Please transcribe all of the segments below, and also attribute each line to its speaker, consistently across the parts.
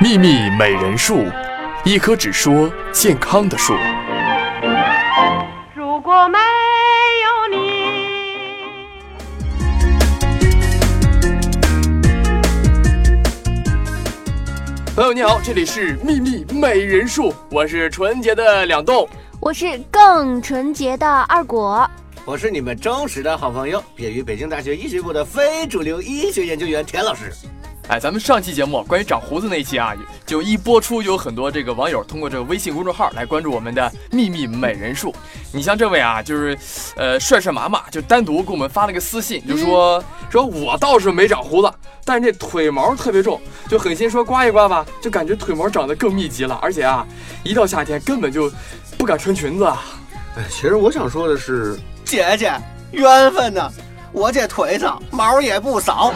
Speaker 1: 秘密美人树，一棵只说健康的树。
Speaker 2: 如果没有你，
Speaker 1: 朋友你好，这里是秘密美人树，我是纯洁的两栋。
Speaker 3: 我是更纯洁的二果。
Speaker 4: 我是你们忠实的好朋友，毕业于北京大学医学部的非主流医学研究员田老师。
Speaker 1: 哎，咱们上期节目关于长胡子那一期啊，就一播出就有很多这个网友通过这个微信公众号来关注我们的秘密美人树。你像这位啊，就是，呃，帅帅麻麻就单独给我们发了个私信，就说、说我倒是没长胡子，但是这腿毛特别重，就狠心说刮一刮吧，就感觉腿毛长得更密集了，而且啊，一到夏天根本就不敢穿裙子啊。
Speaker 4: 哎其实我想说的是，
Speaker 5: 姐姐，缘分呐、我这腿上毛也不少，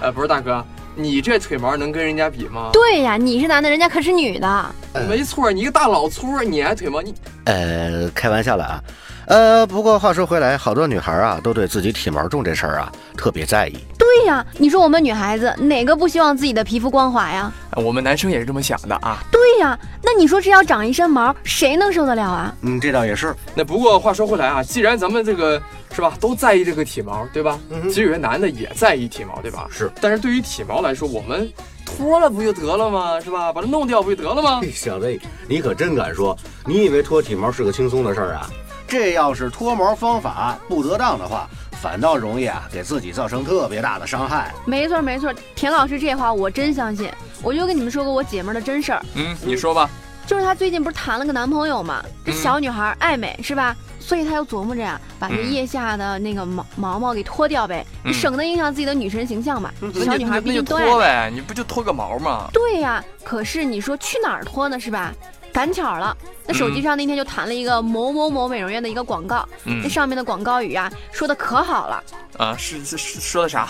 Speaker 1: 呃，不是大哥，你这腿毛能跟人家比吗？
Speaker 3: 对呀，你是男的，人家可是女的。
Speaker 1: 没错，你一个大老粗，你还腿毛？你
Speaker 4: 呃，开玩笑了啊。呃，不过话说回来，好多女孩啊，都对自己体毛重这事儿啊特别在意。
Speaker 3: 对呀，你说我们女孩子哪个不希望自己的皮肤光滑呀？
Speaker 1: 呃我们男生也是这么想的啊。
Speaker 3: 对呀，那你说这要长一身毛，谁能受得了啊？
Speaker 4: 嗯，这倒也是。
Speaker 1: 那不过话说回来啊，既然咱们这个是吧，都在意这个体毛，对吧？
Speaker 4: 嗯哼
Speaker 1: 其实有些男的也在意体毛，对吧？
Speaker 4: 是。
Speaker 1: 但是对于体毛来说，我们脱了不就得了吗？是吧？把它弄掉不就得了吗？
Speaker 4: 哎小子，你可真敢说，你以为脱体毛是个轻松的事儿啊？
Speaker 5: 这要是脱毛方法不得当的话，反倒容易啊给自己造成特别大的伤害。
Speaker 3: 没错没错，田老师这话我真相信。我就跟你们说过我姐们儿的真事儿，
Speaker 1: 嗯，你说吧。
Speaker 3: 就是她最近不是谈了个男朋友嘛？
Speaker 1: 嗯
Speaker 3: 这小女孩爱美是吧？所以她就琢磨着呀，把这
Speaker 1: 嗯
Speaker 3: 腋下的那个毛毛毛给脱掉呗，
Speaker 1: 嗯
Speaker 3: 省得影响自己的女神形象嘛。
Speaker 1: 那
Speaker 3: 小
Speaker 1: 你
Speaker 3: 女孩
Speaker 1: 那
Speaker 3: 毕
Speaker 1: 那就
Speaker 3: 竟都爱
Speaker 1: 脱呗，你不就脱个毛吗？
Speaker 3: 对呀、可是你说去哪儿脱呢？是吧？赶巧了，那手机上那天就弹了一个某某某美容院的一个广告，那
Speaker 1: 嗯
Speaker 3: 上面的广告语啊，说的可好了，
Speaker 1: 啊，是是是说的啥？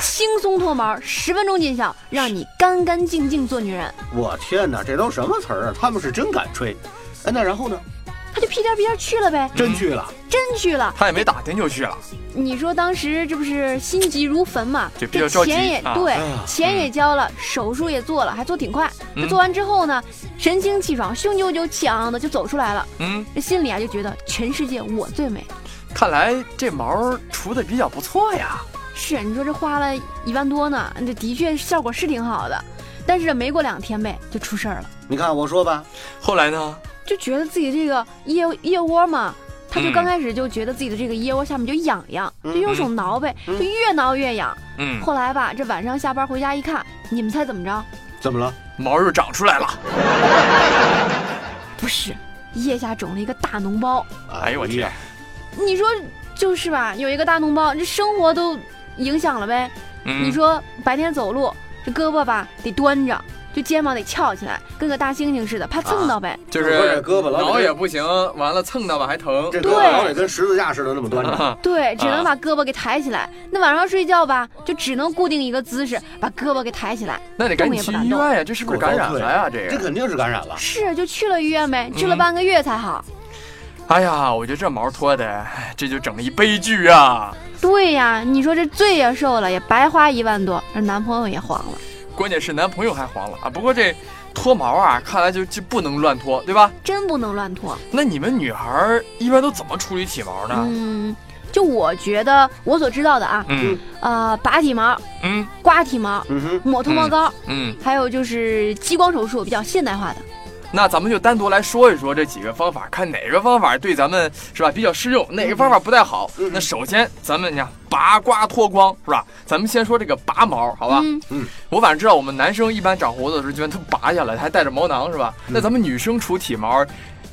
Speaker 3: 轻松脱毛，十分钟见效，让你干干净净做女人。
Speaker 5: 我天哪，这都什么词儿啊？他们是真敢吹。哎，那然后呢？
Speaker 3: 他就屁颠儿屁颠儿去了呗，
Speaker 5: 真去了？
Speaker 3: 真去了。
Speaker 1: 他也没打听就去了。
Speaker 3: 你说当时这不是心急如焚嘛？
Speaker 1: 就比较着急
Speaker 3: 钱也、
Speaker 1: 啊
Speaker 3: 对
Speaker 5: 哎呀，
Speaker 3: 钱也交了，手术也做了，还做挺快。
Speaker 1: 嗯
Speaker 3: 这做完之后呢，神清气爽，胸赳赳气昂昂的就走出来了。
Speaker 1: 嗯，
Speaker 3: 这心里啊就觉得全世界我最美。
Speaker 1: 看来这毛除的比较不错呀。
Speaker 3: 是，你说这花了一万多呢，这的确效果是挺好的，但是没过两天呗，就出事儿了，
Speaker 5: 你看我说吧，
Speaker 1: 后来呢？
Speaker 3: 就觉得自己这个腋腋窝嘛，他就
Speaker 1: 嗯
Speaker 3: 刚开始就觉得自己的这个腋窝下面就痒痒，就用手挠呗，
Speaker 5: 嗯
Speaker 3: 就越挠越痒。
Speaker 1: 嗯，
Speaker 3: 后来吧，这晚上下班回家一看，你们猜怎么着？
Speaker 5: 怎么了？
Speaker 1: 毛又长出来了。
Speaker 3: 不是，腋下肿了一个大脓包。
Speaker 1: 哎呦我天！
Speaker 3: 你说就是吧，有一个大脓包，这生活都影响了呗。
Speaker 1: 嗯
Speaker 3: 你说白天走路，这胳膊吧得端着，就肩膀得翘起来，跟个大猩猩似的，怕
Speaker 1: 啊
Speaker 3: 蹭到呗。
Speaker 1: 就
Speaker 5: 我
Speaker 1: 是
Speaker 5: 这胳膊老得
Speaker 1: 挠也不行，完了蹭到吧还疼。
Speaker 5: 这
Speaker 3: 对
Speaker 5: 胳膊老得跟十字架似的那么端着。
Speaker 1: 啊
Speaker 3: 对，只
Speaker 1: 啊
Speaker 3: 能把胳膊给抬起来。那晚上睡觉吧，就只能固定一个姿势，把胳膊给抬起来。
Speaker 1: 那得赶紧去医院呀，这是不是感染了呀？这
Speaker 5: 这
Speaker 1: 个，
Speaker 5: 肯定是感染了。
Speaker 3: 是，就去了医院呗，治了
Speaker 1: 嗯
Speaker 3: 半个月才好。
Speaker 1: 哎呀，我觉得这毛脱的，哎这就整了一悲剧啊！
Speaker 3: 对呀，你说这罪也受了，也白花一万多，这男朋友也黄了。
Speaker 1: 关键是男朋友还黄了啊！不过这脱毛啊，看来就就不能乱脱，对吧？
Speaker 3: 真不能乱脱。
Speaker 1: 那你们女孩儿一般都怎么处理体毛呢？
Speaker 3: 嗯，就我觉得我所知道的啊，
Speaker 1: 嗯
Speaker 3: 呃，拔体毛、
Speaker 1: 嗯
Speaker 3: 刮体毛、
Speaker 5: 嗯哼，
Speaker 3: 抹脱毛膏，
Speaker 1: 嗯，
Speaker 3: 还有就是激光手术比较现代化的。
Speaker 1: 那咱们就单独来说一说这几个方法，看哪个方法对咱们是吧比较适用，哪个方法不太好。
Speaker 5: 嗯
Speaker 1: 那首先咱们你看拔刮脱光是吧？咱们先说这个拔毛，好吧？
Speaker 3: 嗯，
Speaker 1: 我反正知道，我们男生一般长胡子的时候，就算他拔下来，还带着毛囊，是吧？
Speaker 5: 嗯
Speaker 1: 那咱们女生除体毛，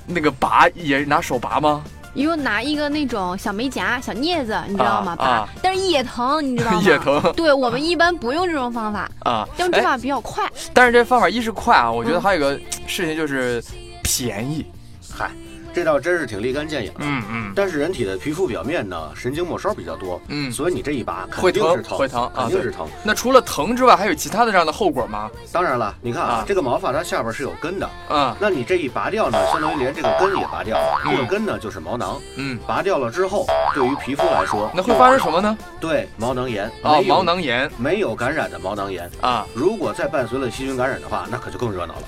Speaker 1: 那个拔也是拿手拔吗？
Speaker 3: 你就拿一个那种小美甲、小镊子，你知道吗？
Speaker 1: 啊
Speaker 3: 拔，
Speaker 1: 啊
Speaker 3: 但是也疼，你知道 吗？
Speaker 1: 也。疼
Speaker 3: 对我们一般不用这种方法，
Speaker 1: 啊！
Speaker 3: 用这
Speaker 1: 哎，
Speaker 3: 方法比较快。
Speaker 1: 但是这方法一是快啊，我觉得
Speaker 3: 嗯
Speaker 1: 还有一个事情就是便宜。
Speaker 5: 这倒真是挺立竿见影的。
Speaker 1: 嗯嗯
Speaker 5: 但是人体的皮肤表面呢，神经末梢比较多，
Speaker 1: 嗯。
Speaker 5: 所以你这一拔肯
Speaker 1: 会
Speaker 5: 定
Speaker 1: 疼
Speaker 5: 是疼，
Speaker 1: 会疼啊
Speaker 5: 肯定是疼。
Speaker 1: 那除了疼之外，还有其他的这样的后果吗？
Speaker 5: 当然了，你看
Speaker 1: 啊
Speaker 5: 啊，这个毛发它下边是有根的，
Speaker 1: 啊，
Speaker 5: 那你这一拔掉呢，相当于连这个根也拔掉了。这个根呢就是毛囊，
Speaker 1: 嗯，
Speaker 5: 拔掉了之后，对于皮肤来说，
Speaker 1: 那会发生什么呢？
Speaker 5: 对毛囊炎
Speaker 1: 啊，
Speaker 5: 没有
Speaker 1: 毛囊炎
Speaker 5: 没有感染的毛囊炎，
Speaker 1: 啊，
Speaker 5: 如果再伴随了细菌感染的话，那可就更热闹了。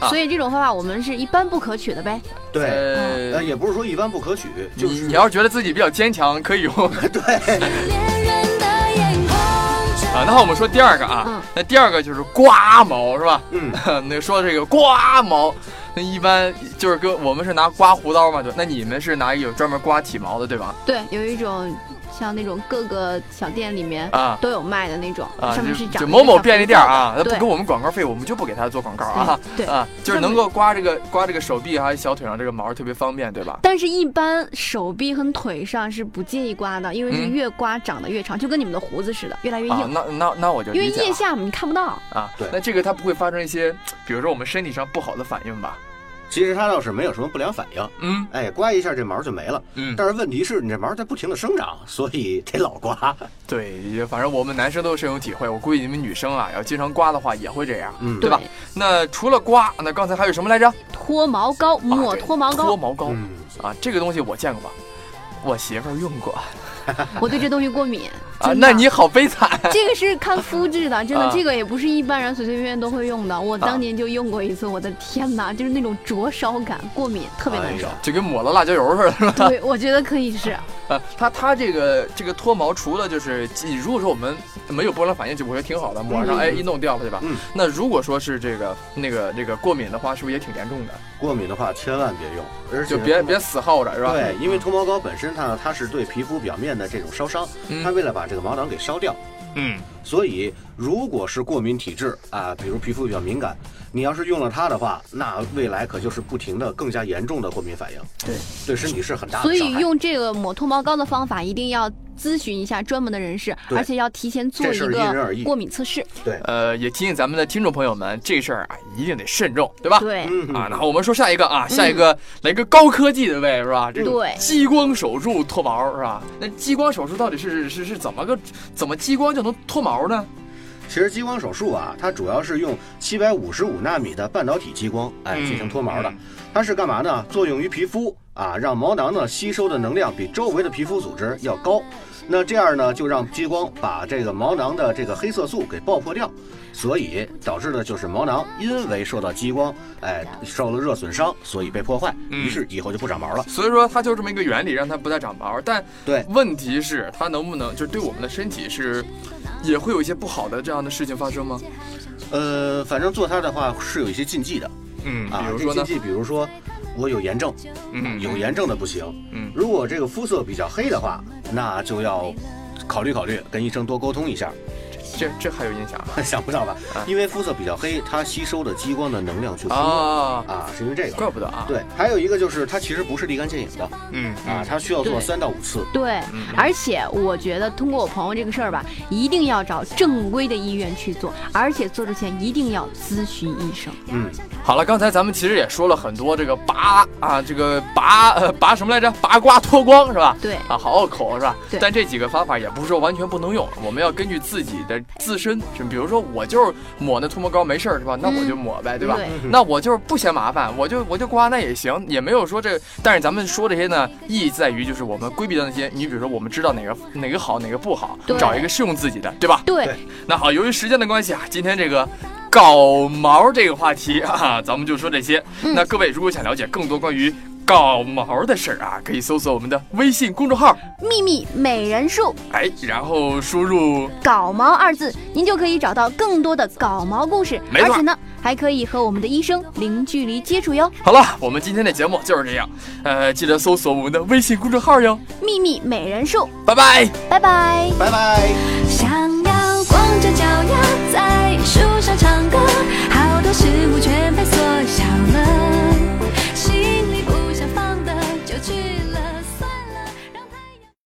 Speaker 1: 啊
Speaker 3: 所以这种方法我们是一般不可取的呗。
Speaker 5: 对，
Speaker 1: 呃
Speaker 5: 呃，，也不是说一般不可取，就
Speaker 1: 你
Speaker 5: 是
Speaker 1: 你 要是觉得自己比较坚强，可以用 啊。
Speaker 6: 恋人的眼眶。
Speaker 1: 那好，我们说第二个啊
Speaker 3: 嗯，
Speaker 1: 那第二个就是刮毛是吧？
Speaker 5: 嗯，
Speaker 1: 呃那说这个刮毛，那一般就是跟我们是拿刮胡刀嘛，就那你们是拿有专门刮体毛的对吧？
Speaker 3: 对，有一种像那种各个小店里面
Speaker 1: 啊。
Speaker 3: 都有卖的那种，
Speaker 1: 啊，
Speaker 3: 上面
Speaker 1: 就是
Speaker 3: 长
Speaker 1: 就
Speaker 3: 一个
Speaker 1: 某某
Speaker 3: 小
Speaker 1: 便利
Speaker 3: 黑
Speaker 1: 店
Speaker 3: 色的
Speaker 1: 啊，那不
Speaker 3: 对
Speaker 1: 给我们广告费，我们就不给他做广告啊。
Speaker 3: 对。
Speaker 1: 啊，就是能够刮这个刮这个手臂还有小腿上这个毛特别方便，对吧？
Speaker 3: 但是，一般手臂和腿上是不建议刮的，因为是
Speaker 1: 嗯
Speaker 3: 越刮长得越长，就跟你们的胡子似的，越来越硬。
Speaker 1: 啊，那那那我就
Speaker 3: 因为
Speaker 1: 理解
Speaker 3: 腋
Speaker 1: 了
Speaker 3: 下你看不到，
Speaker 1: 啊，
Speaker 5: 对
Speaker 1: 那这个它不会发生一些，比如说我们身体上不好的反应吧？
Speaker 5: 其实它倒是没有什么不良反应，
Speaker 1: 嗯
Speaker 5: 哎，刮一下这毛就没了。
Speaker 1: 嗯，
Speaker 5: 但是问题是你这毛在不停的生长，所以得老 刮。
Speaker 1: 对，反正我们男生都深有体会，我估计你们女生啊，要经常刮的话也会这样。
Speaker 5: 嗯，
Speaker 1: 对吧？那除了刮，那刚才还有什么来着？
Speaker 3: 脱毛膏抹
Speaker 1: 啊对
Speaker 3: 脱毛
Speaker 1: 脱
Speaker 3: 膏，
Speaker 1: 毛 膏
Speaker 5: 嗯，
Speaker 1: 啊，这个东西我见过，我媳妇儿用过
Speaker 3: 我对这东西过敏
Speaker 1: 啊，
Speaker 3: 真的
Speaker 1: 那你好悲惨。
Speaker 3: 这个是看肤质的，真
Speaker 1: 啊
Speaker 3: 的，这个也不是一般人随随便便都会用的。我
Speaker 1: 啊
Speaker 3: 当年就用过一次，我的天哪，就是那种灼烧感，过敏，特别
Speaker 5: 哎
Speaker 3: 难受。
Speaker 1: 就跟抹了辣椒油似的， 是吧？
Speaker 3: 对，我觉得可 以试。
Speaker 1: 呃，它它这个这个脱毛，除了就是，如果说我们没有波澜反应，就我觉得挺好的，抹上
Speaker 5: 嗯
Speaker 1: 哎一弄掉了，对吧？
Speaker 5: 嗯。
Speaker 1: 那如果说是这个那个这个过敏的话，是不是也挺严重的？
Speaker 5: 过敏的话千万别用，而且
Speaker 1: 就别别死耗着，是吧？
Speaker 5: 嗯对，因为脱毛膏本身它呢，它是对皮肤表面的这种烧伤，它
Speaker 1: 嗯
Speaker 5: 为了把这个毛囊给烧掉，
Speaker 1: 嗯
Speaker 5: 所以如果是过敏体质啊，比如皮肤比较敏感，你要是用了它的话，那未来可就是不停的更加严重的过敏反应，
Speaker 3: 对，
Speaker 5: 对身体是很大
Speaker 3: 所
Speaker 5: 的
Speaker 3: 以
Speaker 5: 伤害。
Speaker 3: 用这个抹脱毛膏的方法，一定要咨询一下专门的人士，
Speaker 5: 对
Speaker 3: 而且要提前做
Speaker 5: 这
Speaker 3: 一
Speaker 5: 事儿因人
Speaker 3: 个
Speaker 5: 而异
Speaker 3: 过敏测试。
Speaker 1: 呃，也提醒咱们的听众朋友们，这事儿啊一定得慎重，对吧？
Speaker 3: 对，
Speaker 5: 嗯
Speaker 1: 啊，然后我们说下一个啊，下一个来个高科技的呗，是吧？这种
Speaker 3: 对
Speaker 1: 激光手术脱毛是吧？那激光手术到底是是是怎么个怎么激光就能脱毛呢？
Speaker 5: 其实激光手术啊，它主要是用七百五十五纳米的半导体激光，哎，
Speaker 1: 嗯
Speaker 5: 进行脱毛的
Speaker 1: 嗯。
Speaker 5: 它是干嘛呢？作用于皮肤啊，让毛囊呢吸收的能量比周围的皮肤组织要高。那这样呢，就让激光把这个毛囊的这个黑色素给爆破掉，所以导致的就是毛囊因为受到激光，哎，受了热损伤，所以被破坏，
Speaker 1: 嗯
Speaker 5: 于是以后就不长毛了。
Speaker 1: 所以说它就这么一个原理，让它不再长毛。但
Speaker 5: 对
Speaker 1: 问题是它能不能就是对我们的身体是也会有一些不好的这样的事情发生吗？
Speaker 5: 呃，反正做它的话是有一些禁忌的
Speaker 1: 嗯，
Speaker 5: 啊，
Speaker 1: 比如说
Speaker 5: 这
Speaker 1: 呢，
Speaker 5: 禁忌，比如说我有炎症，
Speaker 1: 嗯，
Speaker 5: 有炎症的不行。
Speaker 1: 嗯
Speaker 5: 如果这个肤色比较黑的话，那就要考虑考虑，跟医生多沟通一下。
Speaker 1: 这这还有影响
Speaker 5: 想不到吧
Speaker 1: 啊？
Speaker 5: 因为肤色比较黑，它吸收的激光的能量就多啊
Speaker 1: 啊，
Speaker 5: 是因为这个。
Speaker 1: 怪不得啊。
Speaker 5: 对，还有一个就是它其实不是立竿见影的
Speaker 1: 嗯
Speaker 5: 啊，它需要做
Speaker 3: 对
Speaker 5: 三到五次。
Speaker 3: 对，而且我觉得通过我朋友这个事儿吧，一定要找正规的医院去做，而且做之前一定要咨询医生。
Speaker 5: 嗯，
Speaker 1: 好了，刚才咱们其实也说了很多这个拔啊，这个拔呃拔什么来着？拔瓜脱光是吧？
Speaker 3: 对
Speaker 1: 啊，好拗口是吧？
Speaker 3: 对
Speaker 1: 但这几个方法也不是说完全不能用，我们要根据自己的自身，就比如说我就是抹那脱毛膏没事儿是吧？那我就抹呗，对吧？
Speaker 3: 嗯对
Speaker 1: 那我就是不嫌麻烦，我就我就刮那也行，也没有说这个。但是咱们说这些呢，意义在于就是我们规避掉那些，你比如说我们知道哪个哪个好，哪个不好，
Speaker 3: 对
Speaker 1: 找一个适用自己的，对吧？
Speaker 3: 对，
Speaker 1: 那好，由于时间的关系啊，今天这个搞毛这个话题 啊，咱们就说这些。
Speaker 3: 嗯
Speaker 1: 那各位如果想了解更多关于搞毛的事儿啊，可以搜索我们的微信公众号，
Speaker 3: 秘密美人术
Speaker 1: 哎，然后输入
Speaker 3: “搞毛”二字，您就可以找到更多的搞毛故事，
Speaker 1: 没
Speaker 3: 而
Speaker 1: 错
Speaker 3: 且呢，还可以和我们的医生零距离接触哟。
Speaker 1: 好了。我们今天的节目就是这样，呃，记得搜索我们的微信公众号哟。
Speaker 3: 秘密美人术，
Speaker 1: 拜拜。
Speaker 3: 拜拜。
Speaker 5: 拜拜。
Speaker 6: 想